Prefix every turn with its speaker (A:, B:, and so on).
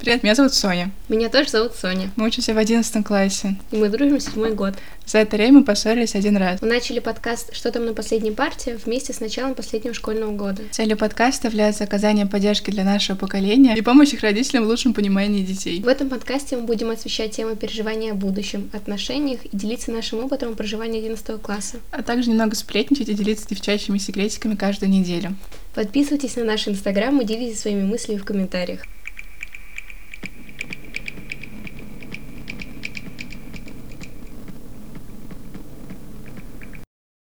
A: Привет, меня зовут Соня.
B: Меня тоже зовут Соня.
A: Мы учимся в 11 классе.
B: И мы дружим седьмой год.
A: За это время мы поссорились один раз.
B: Мы начали подкаст «Что там на последней партии» вместе с началом последнего школьного года.
A: Целью подкаста является оказание поддержки для нашего поколения и помощь их родителям в лучшем понимании детей.
B: В этом подкасте мы будем освещать темы переживания о будущем, отношениях и делиться нашим опытом проживания 11 класса.
A: А также немного сплетничать и делиться девчачьими секретиками каждую неделю.
B: Подписывайтесь на наш инстаграм и делитесь своими мыслями в комментариях.